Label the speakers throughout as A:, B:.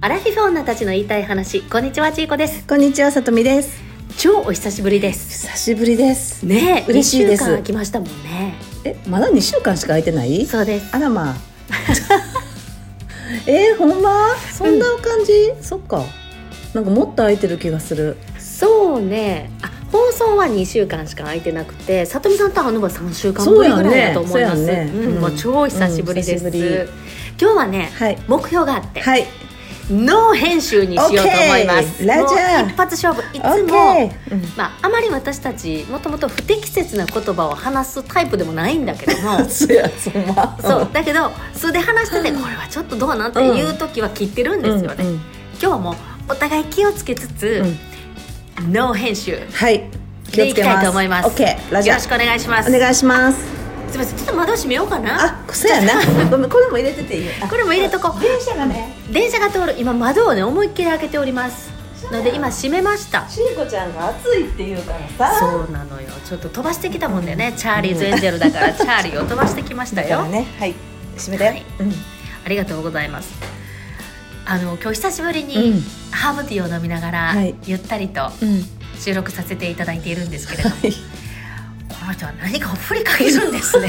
A: アラフィフ女たちの言いたい話こんにちはちいこです
B: こんにちは、さとみです。
A: 超お久しぶりです
B: 久しぶりです。
A: ねえ
B: 嬉しい
A: 一
B: です
A: 週間空きましたもんね
B: え、まだ2週間しか空いてない
A: そうです
B: あらまあ。 えー、ほんまそんな感じ、そっか。なんかもっと空いてる気がする。
A: そうねあ放送は2週間しか空いてなくてさとみさんとあのば3週間
B: そう
A: ぶり
B: や
A: ぐ
B: んね
A: らいだと思います
B: そうやんね
A: うん
B: うん
A: もう超久しぶりです、
B: うん久しぶり
A: 今日はね、
B: はい。
A: 目標があって、
B: はい。
A: ノー編集にしようと思います。
B: オッケーラジャー
A: もう一発勝負い
B: オ
A: つ
B: ッケ
A: も、
B: ー。うん
A: まあ、あまり私たちもともと不適切な言葉を話すタイプでもないんだけども
B: そうや、そんま。
A: そうだけど素で話しててこれはちょっとどうなんっていう時は切ってるん
B: うん。
A: ですよね、
B: うん
A: 今日はもうお互い気をつけつ
B: うんうん
A: つ、ノー編集よ
B: はい。気をつけ
A: で行きたい
B: ます。
A: と思います
B: オッケー、ラジャ
A: ろし
B: ー。
A: くお願いします
B: お願いします。
A: すいませんちょっと窓閉めようかな
B: あ、そうや な。ごめん、これも入れてていいよ。あ
A: これも入れとこ
B: 電車がね、
A: う電車が通る今窓をね思いっきり開けておりますので今閉めました
B: しーこちゃんが暑いって言うから
A: そうなのよちょっと飛ばしてきたもんでね、チャーリーズエンジェルだから、チャーリーを飛ばしてきました
B: だか
A: よ、
B: らね、はい。閉めたよ。
A: はい
B: うん。
A: ありがとうございますあの今日久しぶり
B: う
A: に
B: ん
A: ハーブティーを飲みながら、
B: はい
A: ゆったりと
B: うん。
A: 収録させていただいているんですけれども、
B: はい。
A: この人は何かを振りかけるん ですね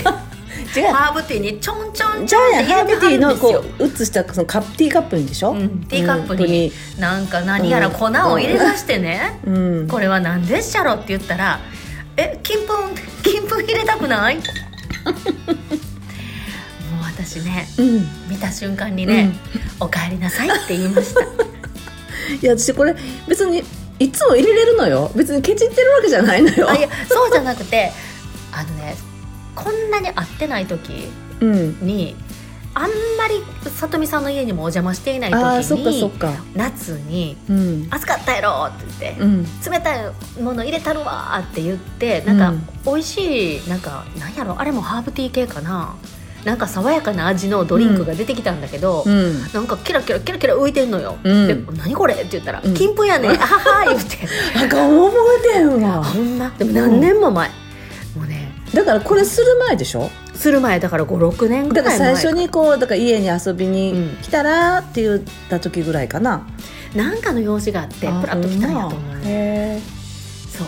B: 違う。
A: ハーブティーにちょんちょんち
B: ジャ
A: ょん
B: イ
A: っ
B: アン
A: て入れ
B: ハー
A: て
B: ブ
A: はる
B: ティー
A: んで
B: の
A: す
B: こ
A: よ
B: う移したそのカップティーカップにでしょ、
A: うんティーカップになんか何やら粉を入れさしてね、
B: うん、うん
A: これは何でっしゃろって言ったら「え金粉金粉入れたく ない? 」もう私ね
B: うん
A: 見た瞬間にね「おかえりなさい」って言いま した
B: いや私これ別にいつも入れれるのよ別にケチってるわけじゃないのよ
A: あいやそうじゃなくてあのねこんなに会ってない時
B: うん
A: にあんまりさとみさんの家にもお邪魔していない
B: あ
A: 時
B: ーそっかそっ
A: に
B: か
A: 夏に
B: うん
A: 「暑かったやろ」って言って
B: うん
A: 冷たいもの入れたるわって言ってなんか美味しいなんかなんやろあれもハーブティー系かななんか爽やかな味のドリンクが出てきたんだけど、
B: うん
A: なんかキラキラキラキラ浮いてんのよ、
B: うん
A: で「何これ?」って言ったら「
B: うん
A: 金粉やねん あはは」言って
B: あかん覚えてへんわ
A: あほんまでも何年も前、もうね
B: だからこれする前でしょ
A: する前だから56年ぐ
B: だからら
A: い前
B: 最初にこうだから家に遊び
A: うん
B: に来たらって言った時ぐらいかな、
A: なんかの用事があって
B: あ
A: プラッと来たんやと思うね
B: へ
A: そう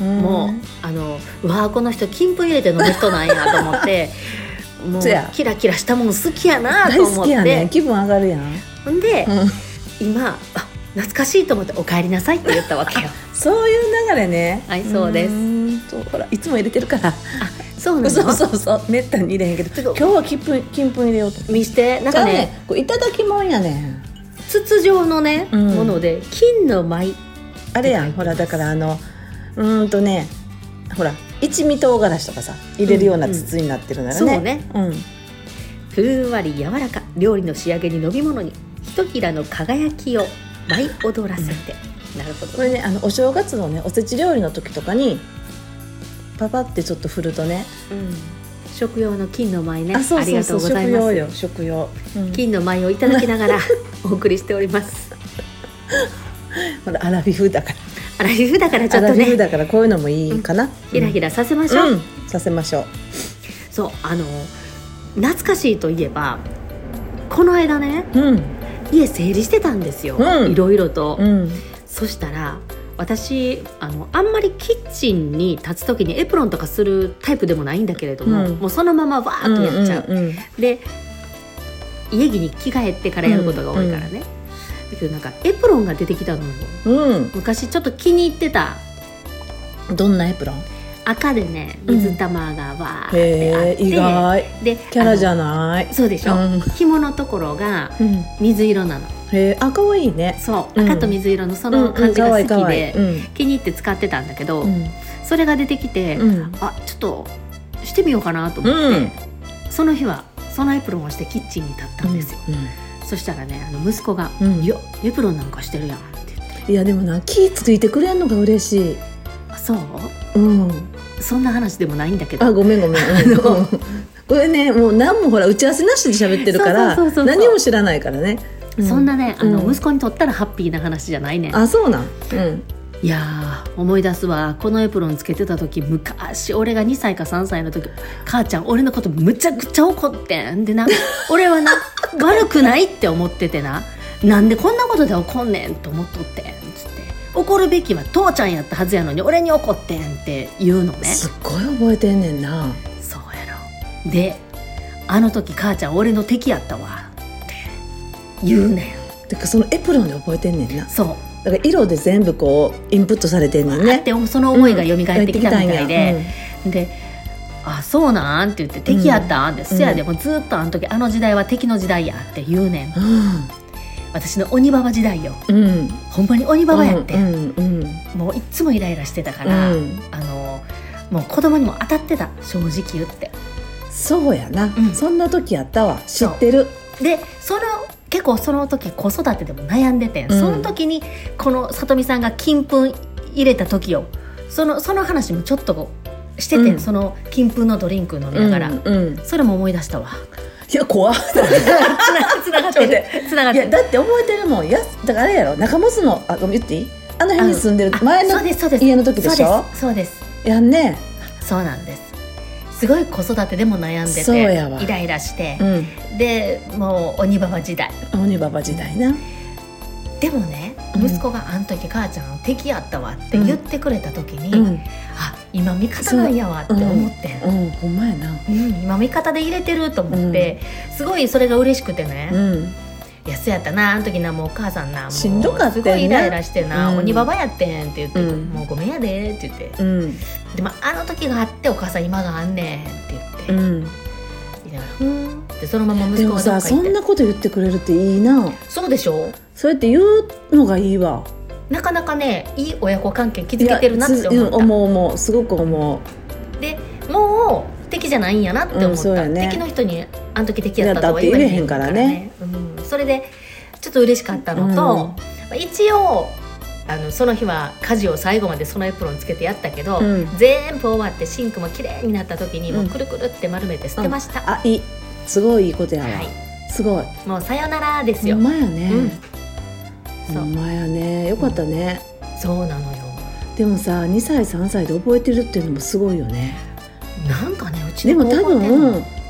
B: え
A: もうあのうわーこの人金粉入れて飲む人なんやと思って もう
B: そや
A: キラキラしたもん好きやな
B: 大
A: と思
B: 好
A: っ
B: きやね
A: て
B: ん気分上がるやん、
A: ほんで、
B: うん、
A: 今あ懐かしいと思って「お帰りなさい」って言ったわ けよ
B: そういう流れね。
A: はいそうです
B: す。そうほらいつも入れてるから。
A: そうなの
B: そうそうそう。めったに入れへんけど。
A: ちょっと
B: 今日は金粉金粉入れようと。
A: 見してなんか
B: じゃあ
A: ね、
B: こういただきもんやねん。
A: 筒状のね、
B: うん
A: もので金の舞
B: あれや
A: い
B: ん。
A: た
B: ほ
A: だ
B: ら
A: いてます
B: だからあのうーんとね、ほら一味唐辛子とかさ入れるような筒になってるなら
A: そう
B: ね。
A: ね
B: うん
A: ふんわり柔らか料理の仕上げに飲み物にひとひらの輝きを舞い踊らせて、なるほど
B: これねあのお正月のねおせち料理の時とかにパパってちょっと振るとね。
A: うん食用の金の舞ね
B: あそう
A: あり
B: そう
A: が
B: そ
A: と
B: う
A: うござい
B: 食
A: ま
B: 用
A: す
B: よ食用。うん
A: 金の舞をいただきながら お送りしております。
B: ほらアラビフだから。
A: アラフィフだからち
B: ア
A: ょっ
B: ラ
A: と
B: ビフ
A: ね、
B: だからこういうのもいいかな。
A: ひらひらさせましょう。
B: うん、させましょう。
A: そう、あの懐かしいといえば、この間ね、
B: うん、
A: 家整理してたんですよ。
B: うん
A: いろいろと、
B: うん、
A: そしたら。私あのあんまりキッチンに立つ時にエプロンとかするタイプでもないんだけれども、
B: うん
A: もうそのままわーっとやっちゃう、
B: うんうん
A: で家着に着替えてからやることが多いからね、だけどなんかエプロンが出てきたのよ
B: うん、
A: 昔ちょっと気に入ってた
B: うんどんなエプロン？
A: 赤でね水玉がわーってあっ
B: へえ、
A: て、
B: 意外。
A: で
B: キャラじ
A: ん
B: ゃない。
A: そうでしょ、
B: うん
A: 紐のところが
B: うん、へ
A: 水色なの
B: え、あ、可愛いね。
A: そう
B: うん
A: 赤と水色のそ
B: うんう
A: の
B: ん
A: 感じが
B: 可
A: 好
B: 愛い
A: きで、
B: 可愛いうん
A: 気に入って使ってたんだけど、
B: うん
A: それが出てきて、
B: うん
A: あちょっとしてみようかなと思って、
B: うん
A: その日はそのエプロンをしてキッチンに立ったんですよ、そしたらねあの息子が「
B: うん
A: いやエプロンなんかしてるやん」って言って
B: いやでもな気ついてくれんのが嬉しい。
A: 「あそう
B: うん。
A: そんな話でもないんだけど
B: あごめんごめん。うんこれねもう何もほら打ち合わせなしで喋ってるから
A: そうそうそうそう
B: 何も知らないからね。う
A: そんなねあの、
B: うん
A: 息子にとったらハッピーな話じゃないね
B: あそうなん。うん。
A: いやー思い出すわこのエプロンつけてた時昔俺が2歳か3歳の時母ちゃん俺のこと むちゃくちゃ怒ってんでな俺はな悪くないって思っててななんでこんなことで怒んねんと思っとってんつって怒るべきは父ちゃんやったはずやのに俺に怒ってんって言うのね
B: すっごい覚えてんねんな
A: そうやろであの時母ちゃん俺の敵やったわって言うね
B: てかそのエプロンで覚えてんねんなん
A: そう
B: だから色で全部こうインプットされてんねん
A: あっ
B: ね
A: てその思いが蘇ってきたみたいで、
B: うん
A: で「あそうなん?」って言って「敵やったん?」って「そやでもうずっとあの時あの時代は敵の時代や」って言うねん私の鬼ババ時代よ
B: うんうん
A: ほんまに鬼ババやって、
B: うんうんうん
A: もういっつもイライラしてたから、
B: うん
A: あのもう子供にも当たってた正直言って
B: そうやな、
A: うん
B: そんな時やったわ知
A: そう
B: ってる
A: でその結構その時子育てでも悩んでてん、
B: うん
A: その時にこのさとみさんが金粉入れた時よそのその話もちょっとこうしてて、
B: うん
A: その金粉のドリンク飲みながら、
B: うんうん
A: それも思い出したわ
B: いや怖っ
A: つなつなが って
B: ちょっ
A: るつながっ
B: い
A: て
B: や
A: る
B: だって覚えてるもんやすだからあれやろ中本のあごめん言っていいあの辺に住んでる
A: あ
B: 前
A: そ
B: の
A: うですそうです
B: 家の時でしょ
A: そうですそうで
B: やんね
A: すそうなんですすごい子育てでも悩んで
B: そうやわ
A: てイライラして
B: う、ん
A: でもう鬼ババ時代
B: 鬼ババ時代な
A: でもね
B: うん
A: 息子が「あん時母ちゃん敵やったわ」って言ってくれた時に「
B: うん
A: あ今味方なんやわ」って思ってん
B: うんほんまやな
A: うん今味方で入れてると思って、すごいそれが嬉しくてね、
B: うん
A: いやそうやったなあの時なもうお母さんなもう
B: しんどかった
A: す
B: よね
A: ごいイライラしてな、
B: うん
A: 鬼ババやってんって言って、
B: うん
A: もうごめんやでって言って
B: うん
A: でもあの時があってお母さん今があんねんって
B: う
A: 言って、
B: ん
A: 言いながらふーんってそのまま息
B: で
A: 子
B: も
A: がど
B: さ
A: っか行
B: そ
A: って
B: んなこと言ってくれるっていいな
A: そうでしょ
B: そうやって言うのがいいわ
A: なかなかねいい親子関係築けてるなって思
B: いや
A: っ
B: つ
A: た
B: うん思う思うすごく思
A: でもう敵じゃないんやなって思った、
B: うんそうやね
A: 敵の人に「あの時敵やった」とは言われへんからねうん、それでちょっと嬉しかったのと、まあ一応あのその日は家事を最後までそのエプロンつけてやったけど、
B: うん
A: 全部終わってシンクも綺麗になった時にもううんくるくるって丸めて捨てました、
B: うあいいすごいいいことやわ、
A: はい、
B: すごい
A: もうさよならです
B: ほ
A: よ、
B: んまやね、
A: うんそ
B: ほん
A: う
B: まやねよかったね、
A: そうなのよ
B: でもさ2歳3歳で覚えてるっていうのもすごいよね
A: なんかねうち
B: で
A: の
B: も
A: 子
B: 多
A: はね
B: 分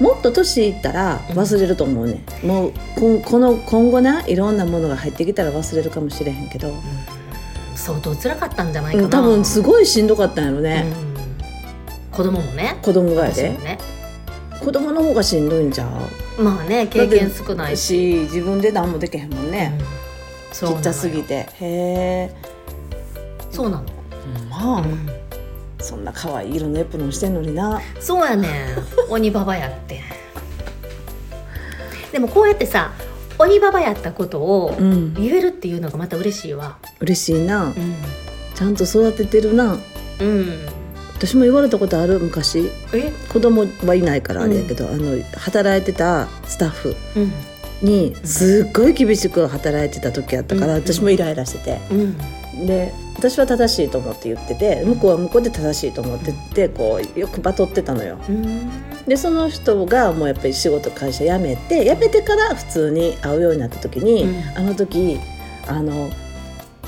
B: もっと年いったら忘れると思うね、もうこんこの今後ないろんなものが入ってきたら忘れるかもしれへんけど、
A: うん相当辛かったんじゃないか
B: う
A: な、
B: ん、多分すごいしんどかったんやろね、
A: うん子供もね
B: 子供がや
A: 私
B: で
A: もね
B: 子供の方がしんどいんちゃ
A: まあね経験少な
B: う
A: いし、
B: し自分で何もできへんもんね、
A: うんそうな
B: ち
A: の
B: っ
A: よ
B: ちゃすぎてへえ
A: そうなの、
B: まあ、
A: うん
B: そんな可愛い色のエプロンしてんのにな
A: そうやねん鬼ババやってでもこうやってさ鬼ババやったことを
B: うん
A: 言えるっていうのがまた嬉しいわ
B: 嬉しいな
A: うん、
B: ちゃんと育ててるな
A: うん、
B: 私も言われたことある昔
A: え
B: 子供はいないからあれやけど、あの働いてたスタッフ
A: うん
B: にすっごい厳しく働いてた時やったから、
A: うん
B: 私もイライラして
A: う
B: て
A: ん
B: で私は正しいと思って言ってて向こうは向こうで正しいと思っててこうよくバトってたのよ
A: うん
B: でその人がもうやっぱり仕事会社辞めて辞めてから普通に会うようになった時に、
A: うん
B: あの時あの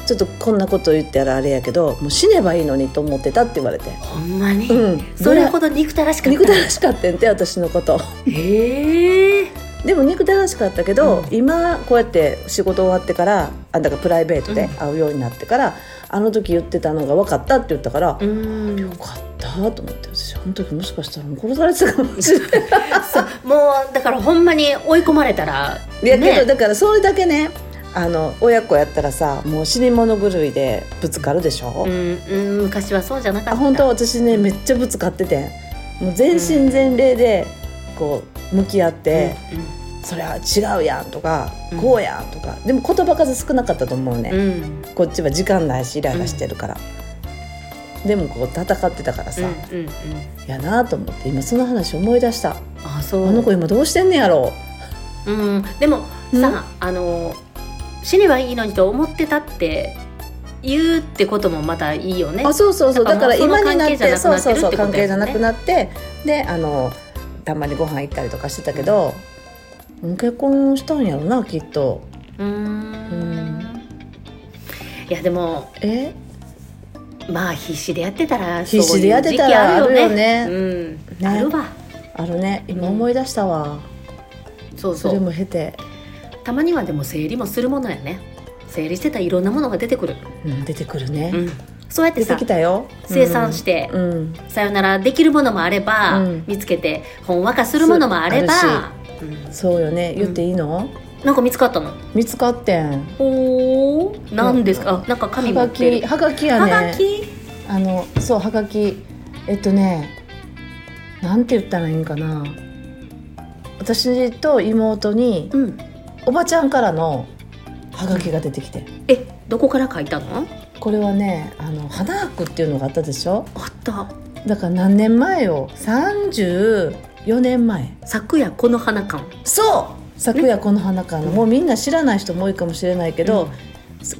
B: ちょっとこんなこと言ったらあれやけどもう死ねばいいのにと思ってたって言われて、
A: ほんまに、
B: うん、
A: それほ
B: ど
A: ど憎たらしかった
B: 憎たらしかったんて私のこと
A: へえ
B: でも憎たらしかったけど、
A: うん
B: 今こうやって仕事終わってからあだからプライベート
A: う
B: で
A: ん
B: 会うようになってから、あの時言ってたのが分かったって言ったから、
A: うん
B: よかったと思って私あの時もしかしたら殺されてたかもしれない。
A: そうもうだからほんまに追い込まれたら
B: いやけど
A: ね
B: だからそれだけねあの親子やったらさもう死に物狂いでぶつかるでしょ、
A: うん、うん、昔はそうじゃなかっ
B: あ
A: た
B: 本当私ねめっちゃぶつかっててもう全身全霊でこう向き合って、それは違うやんとか、
A: うん
B: こうやんとかでも言葉数少なかったと思うね、
A: うんうん
B: こっちは時間ないしイライラしてるから、でもこう戦ってたからさ、
A: うんうんうん
B: やなと思って今その話思い出した
A: あそう
B: あの子今どうしてんねやろ
A: うんでも
B: うん
A: さあの死ねばいいのにと思ってたって言うってこともまたいいよね
B: うあそうそうそう
A: だ
B: だ
A: か
B: からら
A: もう
B: 今になって
A: そ
B: そ
A: の
B: うそうそう
A: 関
B: 関
A: 係
B: 係
A: じ
B: じ
A: ゃ
B: ゃ
A: な
B: な
A: く
B: く
A: な
B: なってであのたまにご飯行ったりとかしてたけど、うん結婚したんやろなきっと
A: うーんいやでも
B: え
A: まあ必死でやってたら
B: 必死でやってたら
A: そういう時期
B: ある
A: うん
B: ね
A: あるわ
B: あのね今思い出したわ、
A: そう
B: そ
A: そ
B: れ
A: う
B: も経て
A: たまにはでも整理もするものやね整理してたらいろんなものが出てくる、
B: うん出てくるね、
A: うん、そうやって
B: 出て
A: さ
B: きたよ、
A: 生産してて、
B: うん、
A: さよならできるものもあれば、
B: うん
A: 見つけてほんわかするものもあれば
B: す
A: うん
B: そうよね言っていいの、
A: なんか見つかったの
B: 見つかってん
A: おーなんですか、あなんか紙持
B: はが
A: って
B: き
A: る
B: はがきや
A: は
B: ね
A: がき
B: あのそうはがきえっとねなんて言ったらいいんかな私と妹に
A: うん
B: おばちゃんからのはがきが出てきて
A: えどこから書いたの
B: これはねあの花博っていうのがあったでしょ
A: あった
B: だから何年前よ34年前
A: 昨夜この花館
B: そう昨夜この花かな、もうみんな知らない人も多いかもしれないけ
A: け
B: ど、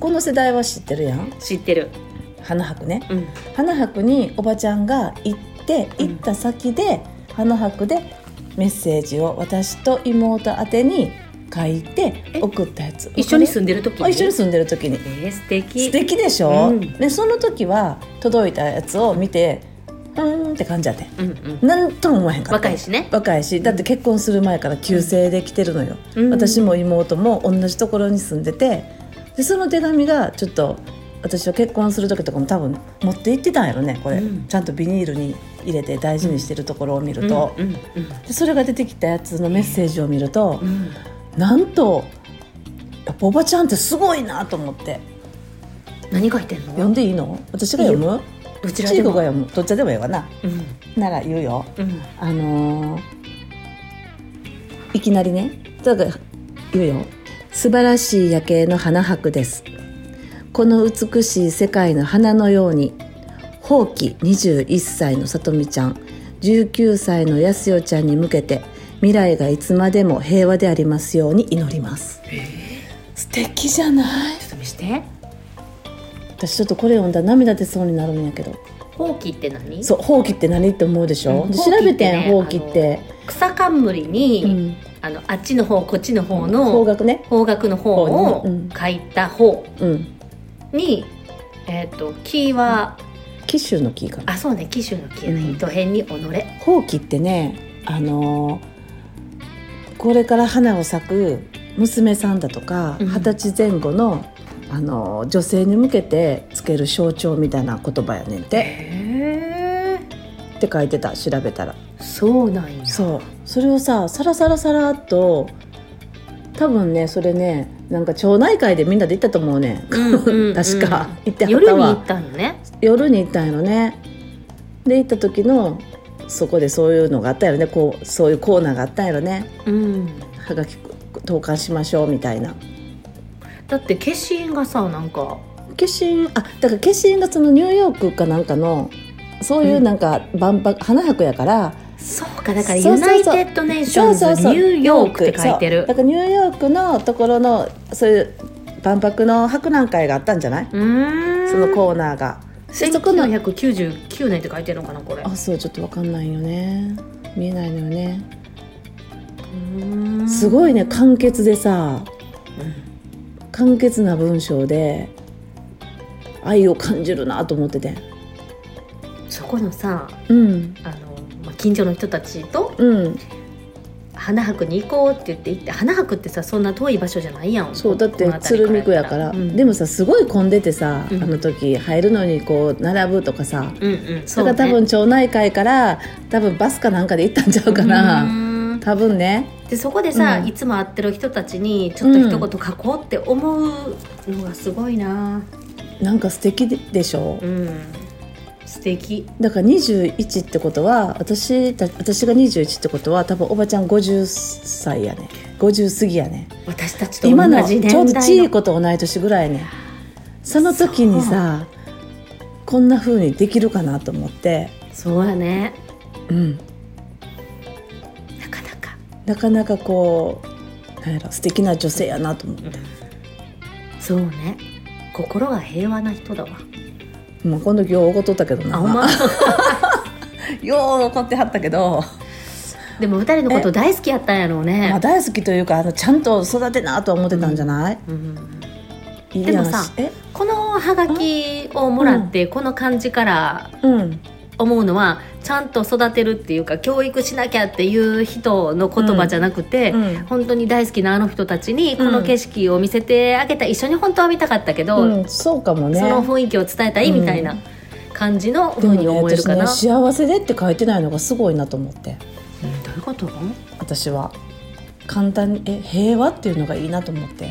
B: この世代は知ってるやん
A: 知ってる
B: 花博ね
A: うん
B: 花博におばちゃんが行って
A: うん
B: 行った先で、花博でメッセージを私と妹宛てに書いて
A: え
B: 送ったやつ
A: 一緒に
B: ん
A: 住んでる時
B: あ一緒に
A: ん
B: 住んでる時に
A: えー素敵
B: 素敵でしょ、
A: うん
B: でその時は届いたやつを見てうーんって感じやって
A: うんうん
B: なんとも思わへんかった
A: 若いしね、
B: 若いしだって結婚する前から旧姓で来てるのよ、私も妹も同じところに住んでてでその手紙がちょっと私は結婚する時とかも多分持って行ってたんやろねこれ、
A: うん
B: ちゃんとビニールに入れて大事にしてるところを見
A: う
B: る
A: ん
B: と、
A: うん
B: でそれが出てきたやつのメッセージを見ると
A: う、ん
B: なんとやっぱおばちゃんってすごいなと思って
A: 何書いてん
B: 読
A: の
B: んでいいの私が読む
A: どちら
B: ちい
A: で
B: こ
A: も
B: が読むどっちでもいいわな
A: うん
B: なら言うよ
A: うん
B: あのーいきなりねだから言うよ素晴らしい夜景の花博ですこの美しい世界の花のようにほうき21歳のさとみちゃん19歳のやすよちゃんに向けて未来がいつまでも平和でありますように祈ります素敵じゃない
A: ちょっと見して
B: 私ちょっとこれ読んだら涙出そうになるんやけど
A: ほうきって何
B: そうほうきって何って思うでしょ、
A: うん
B: で調べてんほ
A: ほ
B: う
A: う
B: き
A: き
B: っ
A: って
B: て
A: ね、草冠に、
B: うん
A: あのあっちの方こっちの方
B: 方
A: の
B: 角ね
A: 方角の方を
B: 方にうん
A: 書いた方
B: うん
A: に、えっ、と木は、
B: 紀州の木かな
A: あそうね紀州の木やね、
B: うん
A: 糸辺に己れ
B: ほうきってねあのーこれから花を咲く娘さんだとか
A: うん
B: 二十、歳前後のあのー女性に向けてつける象徴みたいな言葉やねんて、
A: へ
B: って書いてた調べたら
A: ーそうなんや
B: そうそれをさサラサラサラっと多分ねそれねなんか町内会でみんなで行ったと思うねん、
A: うんうんうん
B: 確か行ってはっ
A: 夜
B: た
A: に行
B: わ
A: ったんよね
B: 夜に行ったんやろねで行った時のそこでそういうのがあったんやろねこうそういうコーナーがあったんやろね
A: うん
B: はがき投函しましょうみたいな
A: だって消印がさなんか
B: 消印あだから消印がそのニューヨークかなんかのそういうなんか万博、花博やから
A: そうかだから
B: そう
A: ユナ
B: そう
A: イ
B: そう
A: テッドネーションズニューヨークって書いて
B: そう
A: る
B: だからニューヨークのところのそういう万博の博覧会があったんじゃないう
A: ーん
B: そのコーナーが、でそこの
A: 1999年って書いてるのかなこれ
B: あそうちょっとわかんないよね見えないのよね
A: う
B: すごいね
A: か
B: 簡潔でさ簡潔な文章で愛を感じるなと思ってて
A: そこのさ
B: うん
A: あの、まあ、近所の人たちと
B: うん
A: 花博に行こうって言って行って花博ってさそんな遠い場所じゃないやん
B: そうだって
A: この辺
B: 鶴
A: り
B: 見区やから、
A: うん、
B: でもさすごい混んでてさ、
A: うん
B: あの時入るのにこう並ぶとかさ
A: うんうん
B: そ
A: そう
B: れ
A: ね
B: が多分町内会から多分バスかなんかで行ったんちゃうか
A: う
B: な、
A: ーん
B: 多分ね
A: でそこでさ、
B: うん
A: いつも会ってる人たちにちょっと一言書こうって思うのがすごいな
B: なんか素敵ででしょ、
A: うん素敵
B: だから21ってことは私た私が21ってことは多分おばちゃん50歳やね50過ぎやね
A: 私たちと同
B: 今の
A: じ
B: ちょう
A: 年
B: どち
A: 代
B: い
A: の
B: こと同い年ぐらいねその時にさこんな風にできるかなと思って、
A: そうやね
B: うん、
A: なかなか
B: なかなかこうなんやろ素敵な女性やなと思って、
A: そうね心が平和な人だわ
B: もうこの時よう怒っとったけどな
A: あほんま
B: よう怒ってはったけど、
A: でも二人のこと大好きやったんやろう
B: まあ、
A: ね、
B: 大好きというかあのちゃんと育てなとは思ってたんじゃない、
A: うん、
B: いい
A: でも
B: 話
A: さ
B: え
A: このハガキをもらってこの感じから
B: うん
A: お思うのはちゃんと育てるっていうか教育しなきゃっていう人の言葉じゃなくて、
B: うんうん
A: 本当に大好きなあの人たちにこの景色を見せてあげたい、一緒に本当は見たかったけど、
B: うん、そうかもね
A: その雰囲気を伝えたいみたいな感じのふうに思えるかな、
B: でもね私ね幸せでって書いてないのがすごいなと思って
A: うんどういうこと
B: 私は簡単にえ平和っていうのがいいなと思って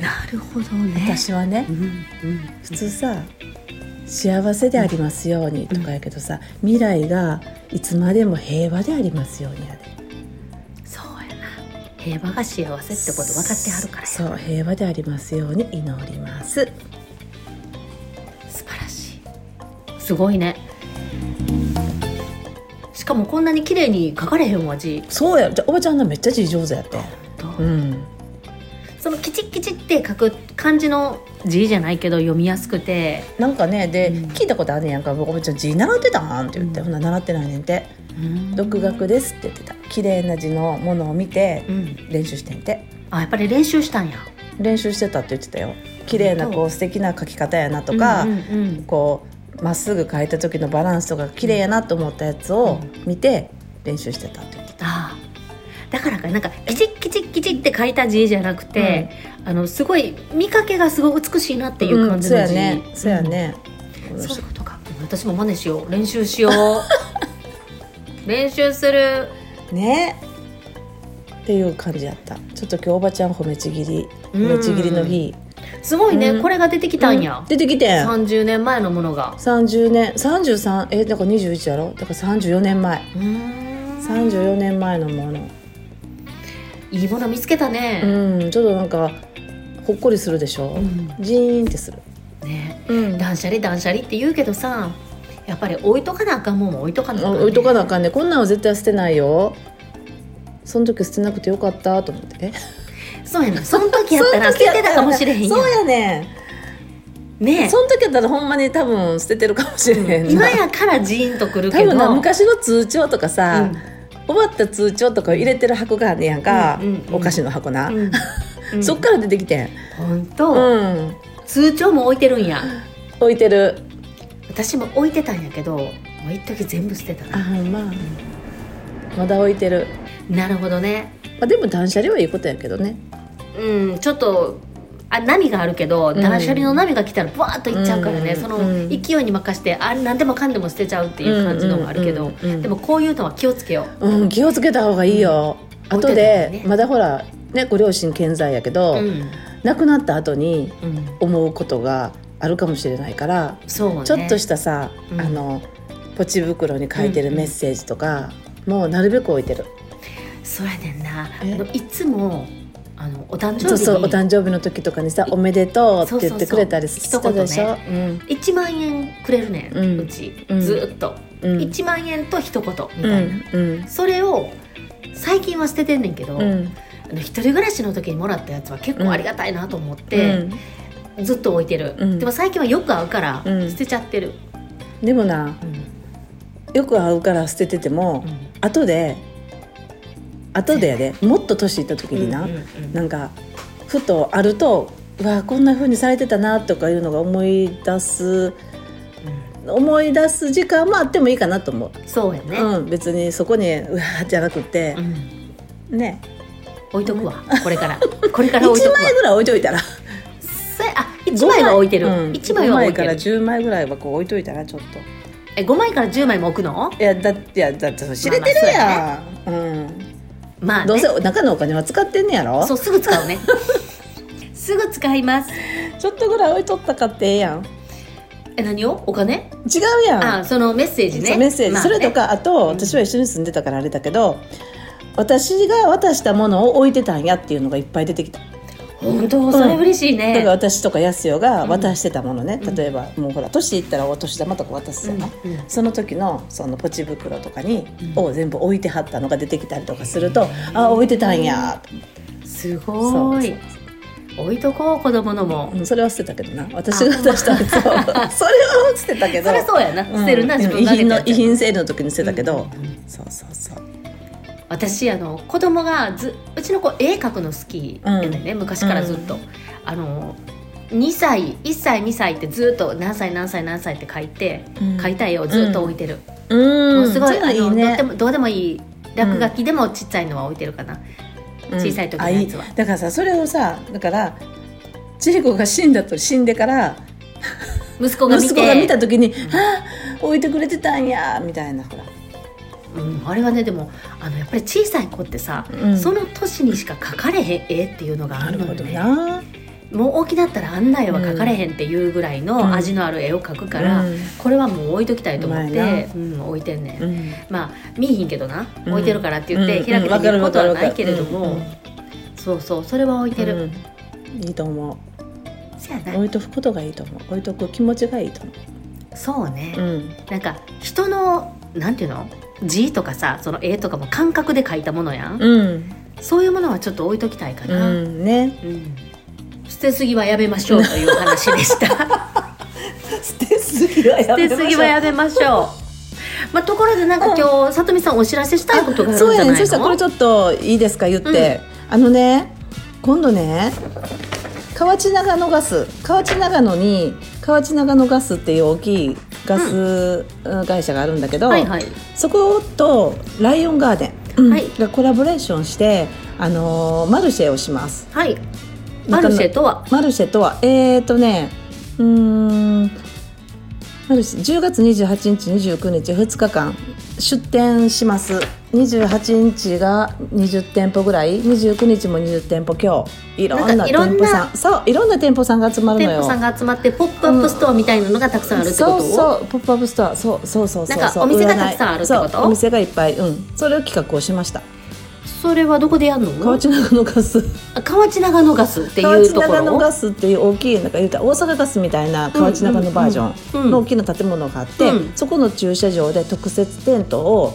A: なるほどね、
B: 私はね
A: うんうん、
B: 普通さ幸せでありますようにとかやけどさ、未来がいつまでも平和でありますようにやで
A: そうやな平和が幸せってこと分かってはるからや素
B: そう平和でありますように祈ります
A: 晴らしいすごいねしかもこんなに綺麗に書かれへんわ字
B: そうやじゃあおばちゃんがめっちゃ字上手やって
A: と
B: うん
A: そのキチッキチって書く漢字の字じゃないけど読みやすくて、
B: なんかねで、
A: うん
B: 聞いたことあんねやんか「僕おばちゃん字習ってたん?」って言って、
A: うん
B: ほな習ってないねんって「独学です」って言ってた綺麗な字のものを見て
A: うん、
B: 練習してんて
A: あやっぱり練習したんや
B: 練習してたって言ってたよ綺麗なこう素敵な書き方やなとか、
A: うんうんうん
B: こうまっすぐ書いた時のバランスとか綺麗やなと思ったやつを見て練習してたって言ってた、
A: ああだからかなんかキチッキチッキチって書いた字じゃなくて、あのすごい見かけがすごい美しいなっていう感じ
B: そう
A: の
B: や
A: 字、
B: ねそうやね、
A: うんそういうことか私も真似しよう練習しよう 練習する
B: ねっていう感じやったちょっと今日おばちゃん褒めちぎり褒めちぎりの日
A: すごいね、
B: うん
A: これが出てきたんや、
B: 出てきてん
A: 30年前のものが
B: 30年33えだから21やろだから34年前
A: うーん
B: 34年前のもの
A: いいもの見つけたね、
B: うんちょっとなんかほっこりするでしょ、
A: うん
B: ジーンってする
A: ね
B: うん
A: 断捨離断捨離って言うけどさやっぱり置いとかなあかんもんも置いとかなあかんね、
B: 置いとかなあかんねこんなんは絶対捨てないよその時捨てなくてよかったと思ってえ
A: そうやな その時やったら捨ててたかもしれへんやん
B: そうやね
A: ね
B: その時やったらほんまに多分捨ててるかもしれへんな
A: 今やからジーンとくる
B: 多
A: けど
B: 分な昔の通帳とか
A: う
B: さ、
A: ん
B: 終わった通帳とかを入れてる箱があんねやんか、
A: うんうんうん
B: お菓子の箱な、
A: うんうん
B: そっから出てきてん、
A: 本
B: う
A: 当、
B: ん、
A: 通帳も置いてるんや
B: 置いてる
A: 私も置いてたんやけどもう一時全部捨てた
B: あ
A: な
B: まあまだ置いてる、
A: なるほどね
B: まあ、でも断捨離はいいことやけどね
A: うんちょっとあ波があるけど
B: ん
A: 断捨離の波が来たらバーッといっちゃうからね、
B: うん
A: そうの
B: ん
A: 勢いに任せてあ何でもかんでも捨てちゃうっていう感じのもあるけど、
B: うんうんうんうん
A: でもこういうのは気をつけよう
B: うん気をつけた方がいいよ、
A: うん
B: 後
A: 置いてたよ
B: で
A: ね
B: まだほらねご両親健在やけど、
A: うん
B: 亡くなった後に
A: うん
B: 思うことがあるかもしれないから、
A: そうね
B: ちょっとしたさ、
A: うん
B: あのポチ袋に書いてるメッセージとか、もうなるべく置いてる
A: そうやねんなあ
B: え
A: のいつもあのお誕生日に
B: そうそうお誕生日の時とかにさ「おめでとう」って言ってくれたり
A: そう
B: し
A: そうそう
B: たでしょ
A: 一1万円くれるねん、う
B: うん
A: ち、
B: うん
A: ずーっと、
B: うんうん
A: 1万円と一言み
B: う
A: たいな、
B: んうん
A: それを最近は捨ててんねんけど、
B: うん
A: あの一人暮らしの時にもらったやつは結構ありがたいなと思って、ずっと置いてる、
B: うん
A: でも最近はよく合うから
B: うん
A: 捨てちゃってる、
B: でもな
A: うん
B: よく会うから捨ててても、後で後でやでもっと年いった時にな、
A: うんうんうん
B: なんかふとあると「うわこんな風にされてたな」とかいうのが思い出す思い出す時間もあってもいいかなと思う、
A: そうやね、
B: うん、別にそこに「うわ」じゃなくて
A: う、ん
B: ね
A: 置いとくわこれからこれか
B: 1
A: ら置い とくわ
B: 枚ぐらい置いとい たら
A: それあ1枚は置いてる、
B: うん
A: 一枚は置いて
B: 五枚から
A: る
B: 10枚ぐらいはこう置いといたらちょっと。
A: え5枚から10枚も置くの
B: いやだっていやだってそれ知れてるやん、
A: まあ、ね、
B: うん、どうせ中のお金は使ってんねやろ
A: そうすぐ使 うねすぐ使います
B: ちょっとぐらい置いとったかってええやん違
A: え何をお金、
B: うやん
A: あそのメッセージ
B: そ
A: ね
B: うメッセージ、
A: まあ
B: そ
A: ね
B: れとかあと私は一緒に住んでたからあれだけど私が渡したものを置いてたんやっていうのがいっぱい出てきた
A: 本当それ嬉しい
B: だから
A: ね、
B: 私とかやすよが渡してたものね、
A: うん
B: 例えばもうほら年いったらお年玉とか渡す
A: う
B: や
A: ん
B: ん、
A: うん
B: その時のそのポチ袋とかに、
A: うん
B: を全部置いてはったのが出てきたりとかすると、あ置いてたんやと
A: すごい置いとこう子供のも、
B: うんそれは捨てたけどな私が出したやつは それは捨てたけど
A: そりゃそうやな、
B: ん
A: 捨てるな自分があ
B: 遺
A: げ
B: 品の
A: た
B: 遺
A: やつ
B: 品整理の時に捨てたけど、
A: うんうんうん
B: そうそうそう
A: 私あの子供がずうちの子絵描くの好きやねんね、昔からずっと、あの2歳1歳2歳ってずっと何歳何歳何歳って書いて、
B: うん
A: 書いた絵をずっと置いてる、
B: う
A: も
B: ん
A: うすごい,、
B: そうのい
A: あ
B: い
A: のどう
B: ね
A: でもどうでもいい落書きでもちっちゃいのは置いてるかな、小さい時のやつは
B: うんあいいだからさそれをさだから千里子が死んだと死んでから
A: 息子が見て
B: 息子が見た時に「ああ置いてくれてたんや」みたいなほら、
A: うん、あれはねでもあのやっぱり小さい子ってさ、
B: うん
A: その年にしか描かれへん絵っていうのがあ
B: な
A: る
B: る
A: のよ
B: ほど
A: ね
B: な
A: もう大きなったらあんな絵は描かれへんっていうぐらい
B: うん
A: の味のある絵を描くから、
B: うん
A: これはもう置いときたいと思っ
B: うまい
A: て、うん、置いてんねん、
B: うん
A: まあ見えひんけどな、
B: うん
A: 置いてるからって言って
B: うん
A: 開け
B: うん
A: て見ることは
B: わか
A: な
B: るわかる
A: いけれども、
B: うん
A: そうそうそれは置いてる、
B: うんいいと思う
A: そや
B: 置
A: ない
B: とくことがいいと思う置いとく気持ちがいいと思
A: そうね、
B: う、うん、
A: なんか人のなんていうの字とかさその絵とかも感覚で描いたものやん、
B: うん
A: そういうものはちょっと置いときたいか
B: う
A: な、
B: んね
A: うん捨てすぎはやめましょうという話でした
B: 捨てすぎはや
A: 捨てすぎはやめましょう まあ、ところでなんか今日、さとみさんお知らせしたいことがあるんじ
B: そう
A: ゃ
B: や
A: ない
B: ね
A: の
B: そしたらこれちょっといいですか言って、あのね今度ね河内長野ガス河内長野に河内長野ガスっていう大きいガス会社があるんだけど、
A: はいはい
B: そことライオンガーデン、うん
A: はい
B: がコラボレーションして、あのーマルシェをします
A: はいマルシェとは
B: マルシェとはえー、とねうーんマルシェ10月28日29日2日間出店します28日が20店舗ぐらい29日も20店舗今日いろん
A: な
B: なん
A: かい
B: 店
A: ろんな
B: 舗さんそういろんな店舗さんが集まる
A: 店
B: のよ
A: 舗さんが集まってポップアップストアみたいなのがたくさんあるってことを、
B: そうそうポップアップストアそうそうそうそう
A: なんか
B: そう
A: お店が
B: 占い
A: たくさんあるってこと
B: そうお店がいっぱいうんそれを企画をしました
A: それはどこでやるの
B: 河内長野ガス
A: あ河内長野ガスって
B: 河
A: い
B: 内
A: うとこ
B: 長野
A: ろ
B: ガスっていう大きいなんか言うたら大阪ガスみたいな河内長野バージョンの大きな建物があって、
A: うん
B: そこの駐車場で特設テントを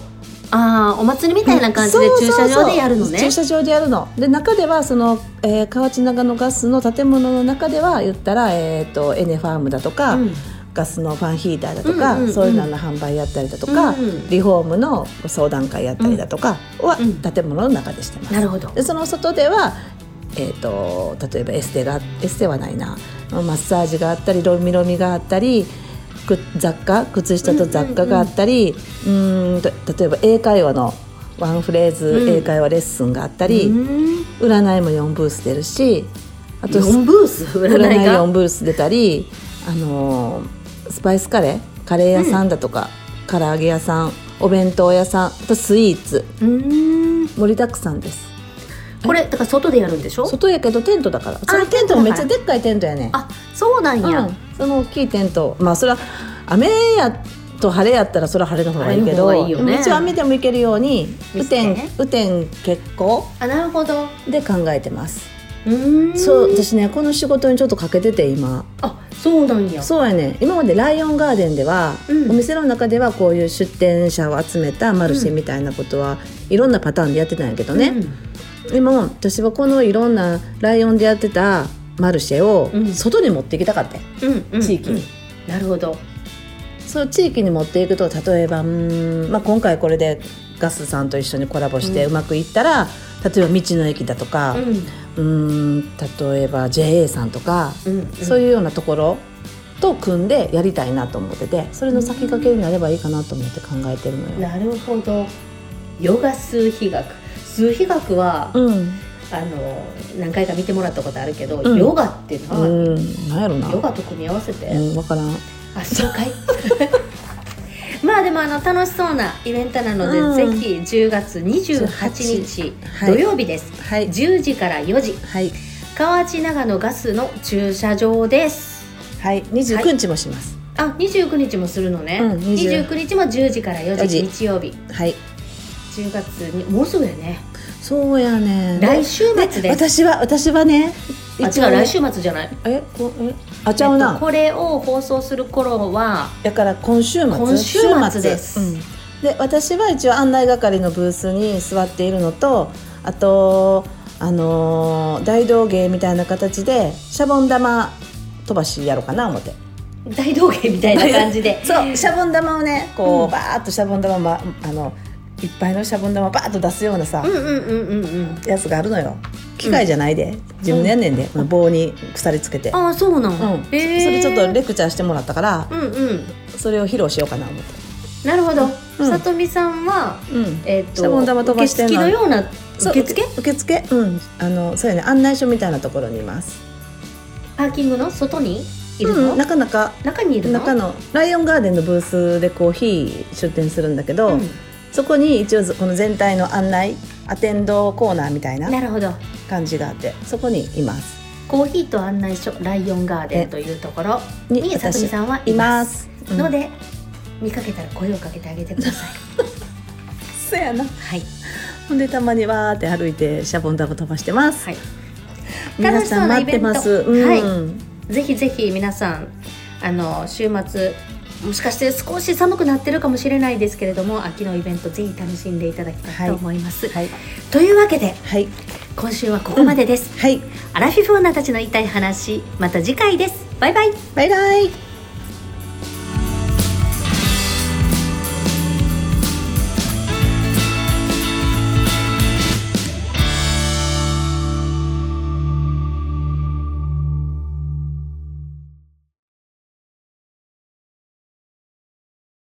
A: ああお祭りみたいな感じで
B: そう
A: 駐
B: そう
A: 車
B: そう
A: 場でやるのね
B: 駐車場でやるので中ではその、えー、河内長野ガスの建物の中では言ったら、えー、とエネファームだとか、
A: うん
B: ガスのファンヒーターだとか、
A: うんうんうん
B: そういうのの販売やったりだとか、
A: うんうん
B: リフォームの相談会やったりだとかは
A: うん
B: 建物の中でしてます。
A: なるほど
B: でその外では、えー、と例えばエステがエステはないなマッサージがあったりロミロミがあったりく雑貨靴下と雑貨があったり、うーんと例えば英会話のワンフレーズ
A: うん
B: 英会話レッスンがあったり、
A: うん
B: 占いも4ブース出るしあと
A: 4ブース占
B: 占
A: い
B: い
A: が
B: 4ブース出たり、あのースパイスカレーカレー屋さんだとか、唐揚げ屋さんお弁当屋さんあとスイーツ
A: うん
B: 盛りだくさんです。
A: これだから外でやるんでしょ
B: 外やけどテントだからそのテントもめっちゃでっかいテントやねん
A: あそうなんや、
B: うん、その大きいテントまあそれは雨やと晴れやったらそれは晴れの方がいいけど
A: 晴れの方がいいよね
B: でも一応雨でも行けるように
A: 見
B: 雨
A: せて
B: 天雨天結構
A: あなるほど
B: で考えてます
A: うん
B: そう私ねこの仕事にちょっと欠けてて今
A: あそうなんや
B: そうやね今までライオンガーデンでは、
A: うん
B: お店の中ではこういう出店者を集めたマルシェみたいなことは、いろんなパターンでやってたんやけどね、今も私はこのいろんなライオンでやってたマルシェを
A: うん
B: 外に持っていきたかった、
A: うん、うんうん
B: 地域に、
A: なるほど
B: その地域に持っていくと例えばうーん、まあ、今回これでガスさんと一緒にコラボして
A: う
B: うまくいったら、例えば道の駅だとか、
A: うん
B: うーん例えば JA さんとか、
A: うん
B: そう
A: う
B: いうようなところと組んでやりたいなと思っててそれの先駆けになればいいかなと思って考えてるの
A: ん
B: よ。
A: なるほどヨガ数比学数比学は、
B: うん、
A: あの何回か見てもらったことあるけど、
B: うん
A: ヨガってな、
B: うん、なんやろな。
A: ヨガと組み合わせて、
B: うん、わからん。
A: あそうかい まあでもあの楽しそうなイベントなので、
B: うん
A: ぜひ10月28日
B: はい
A: 土曜日です、
B: はい、
A: 10時から4時
B: はい、
A: 河内長野ガスの駐車場です
B: はい、二十九日もします。
A: あ29日もするのね、
B: うん20
A: 29日も10時から4
B: 4
A: 時
B: 時
A: 日曜日
B: はい、
A: 10月にもうすぐやね
B: そうやね。
A: 来週末です
B: 私は私はね
A: あ違う
B: 応ね
A: 来週末じゃない
B: えこえあちゃう
A: えっ
B: な、
A: とこれを放送する頃は
B: だから今週末
A: 今週末です
B: うんで私は一応案内係のブースに座っているのとあとあのー大道芸みたいな形でシャボン玉飛ばしやろうかな思って
A: 大道芸みたいな感じで
B: そうシャボン玉をねこう、
A: うん
B: バーっとシャボン玉、ま、あのいっぱいのシャボン玉バーッと出すようなさ、
A: うんうんうんうんうん
B: やつがあるのよ機械じゃないで、自分でやんねんで、この棒に鎖つけて、
A: ああそうなん、
B: うん
A: へえ
B: それちょっとレクチャーしてもらったから
A: うんうん
B: それを披露しようかな思って
A: なるほど、
B: うん
A: さとみさんは
B: うん
A: えっ、と
B: シャボン玉飛ばしてん
A: 受
B: の
A: 付のような
B: そう
A: 受付
B: 受付うんあのそうやね案内所みたいなところにいます
A: パーキングの外にいるの、
B: うんなかなか
A: 中にいるの
B: 中のライオンガーデンのブースでコーヒー出店するんだけど、
A: うん
B: そこに一応この全体の案内アテンドコーナーみたいな
A: なるほど
B: 感じがあってそこにいます
A: コーヒーと案内所ライオンガーデンというところにさとみ
B: 私
A: さんはい
B: いま
A: ます
B: す
A: の
B: うん
A: で見かけたら声をかけてあげてください
B: そやな
A: はい
B: ほんでたまにわーって歩いてシャボン玉飛ばしてます、
A: はい
B: 皆さん待ってます、
A: 楽しそうなイベント
B: うん
A: ぜひぜひ皆さんあの週末もしかして少し寒くなってるかもしれないですけれども秋のイベントぜひ楽しんでいただきたいと思います、
B: はい
A: というわけで
B: はい
A: 今週はこ こまでです、
B: はい
A: アラフィフ女たちの言いたい話また次回ですバイバイ
B: バイバイ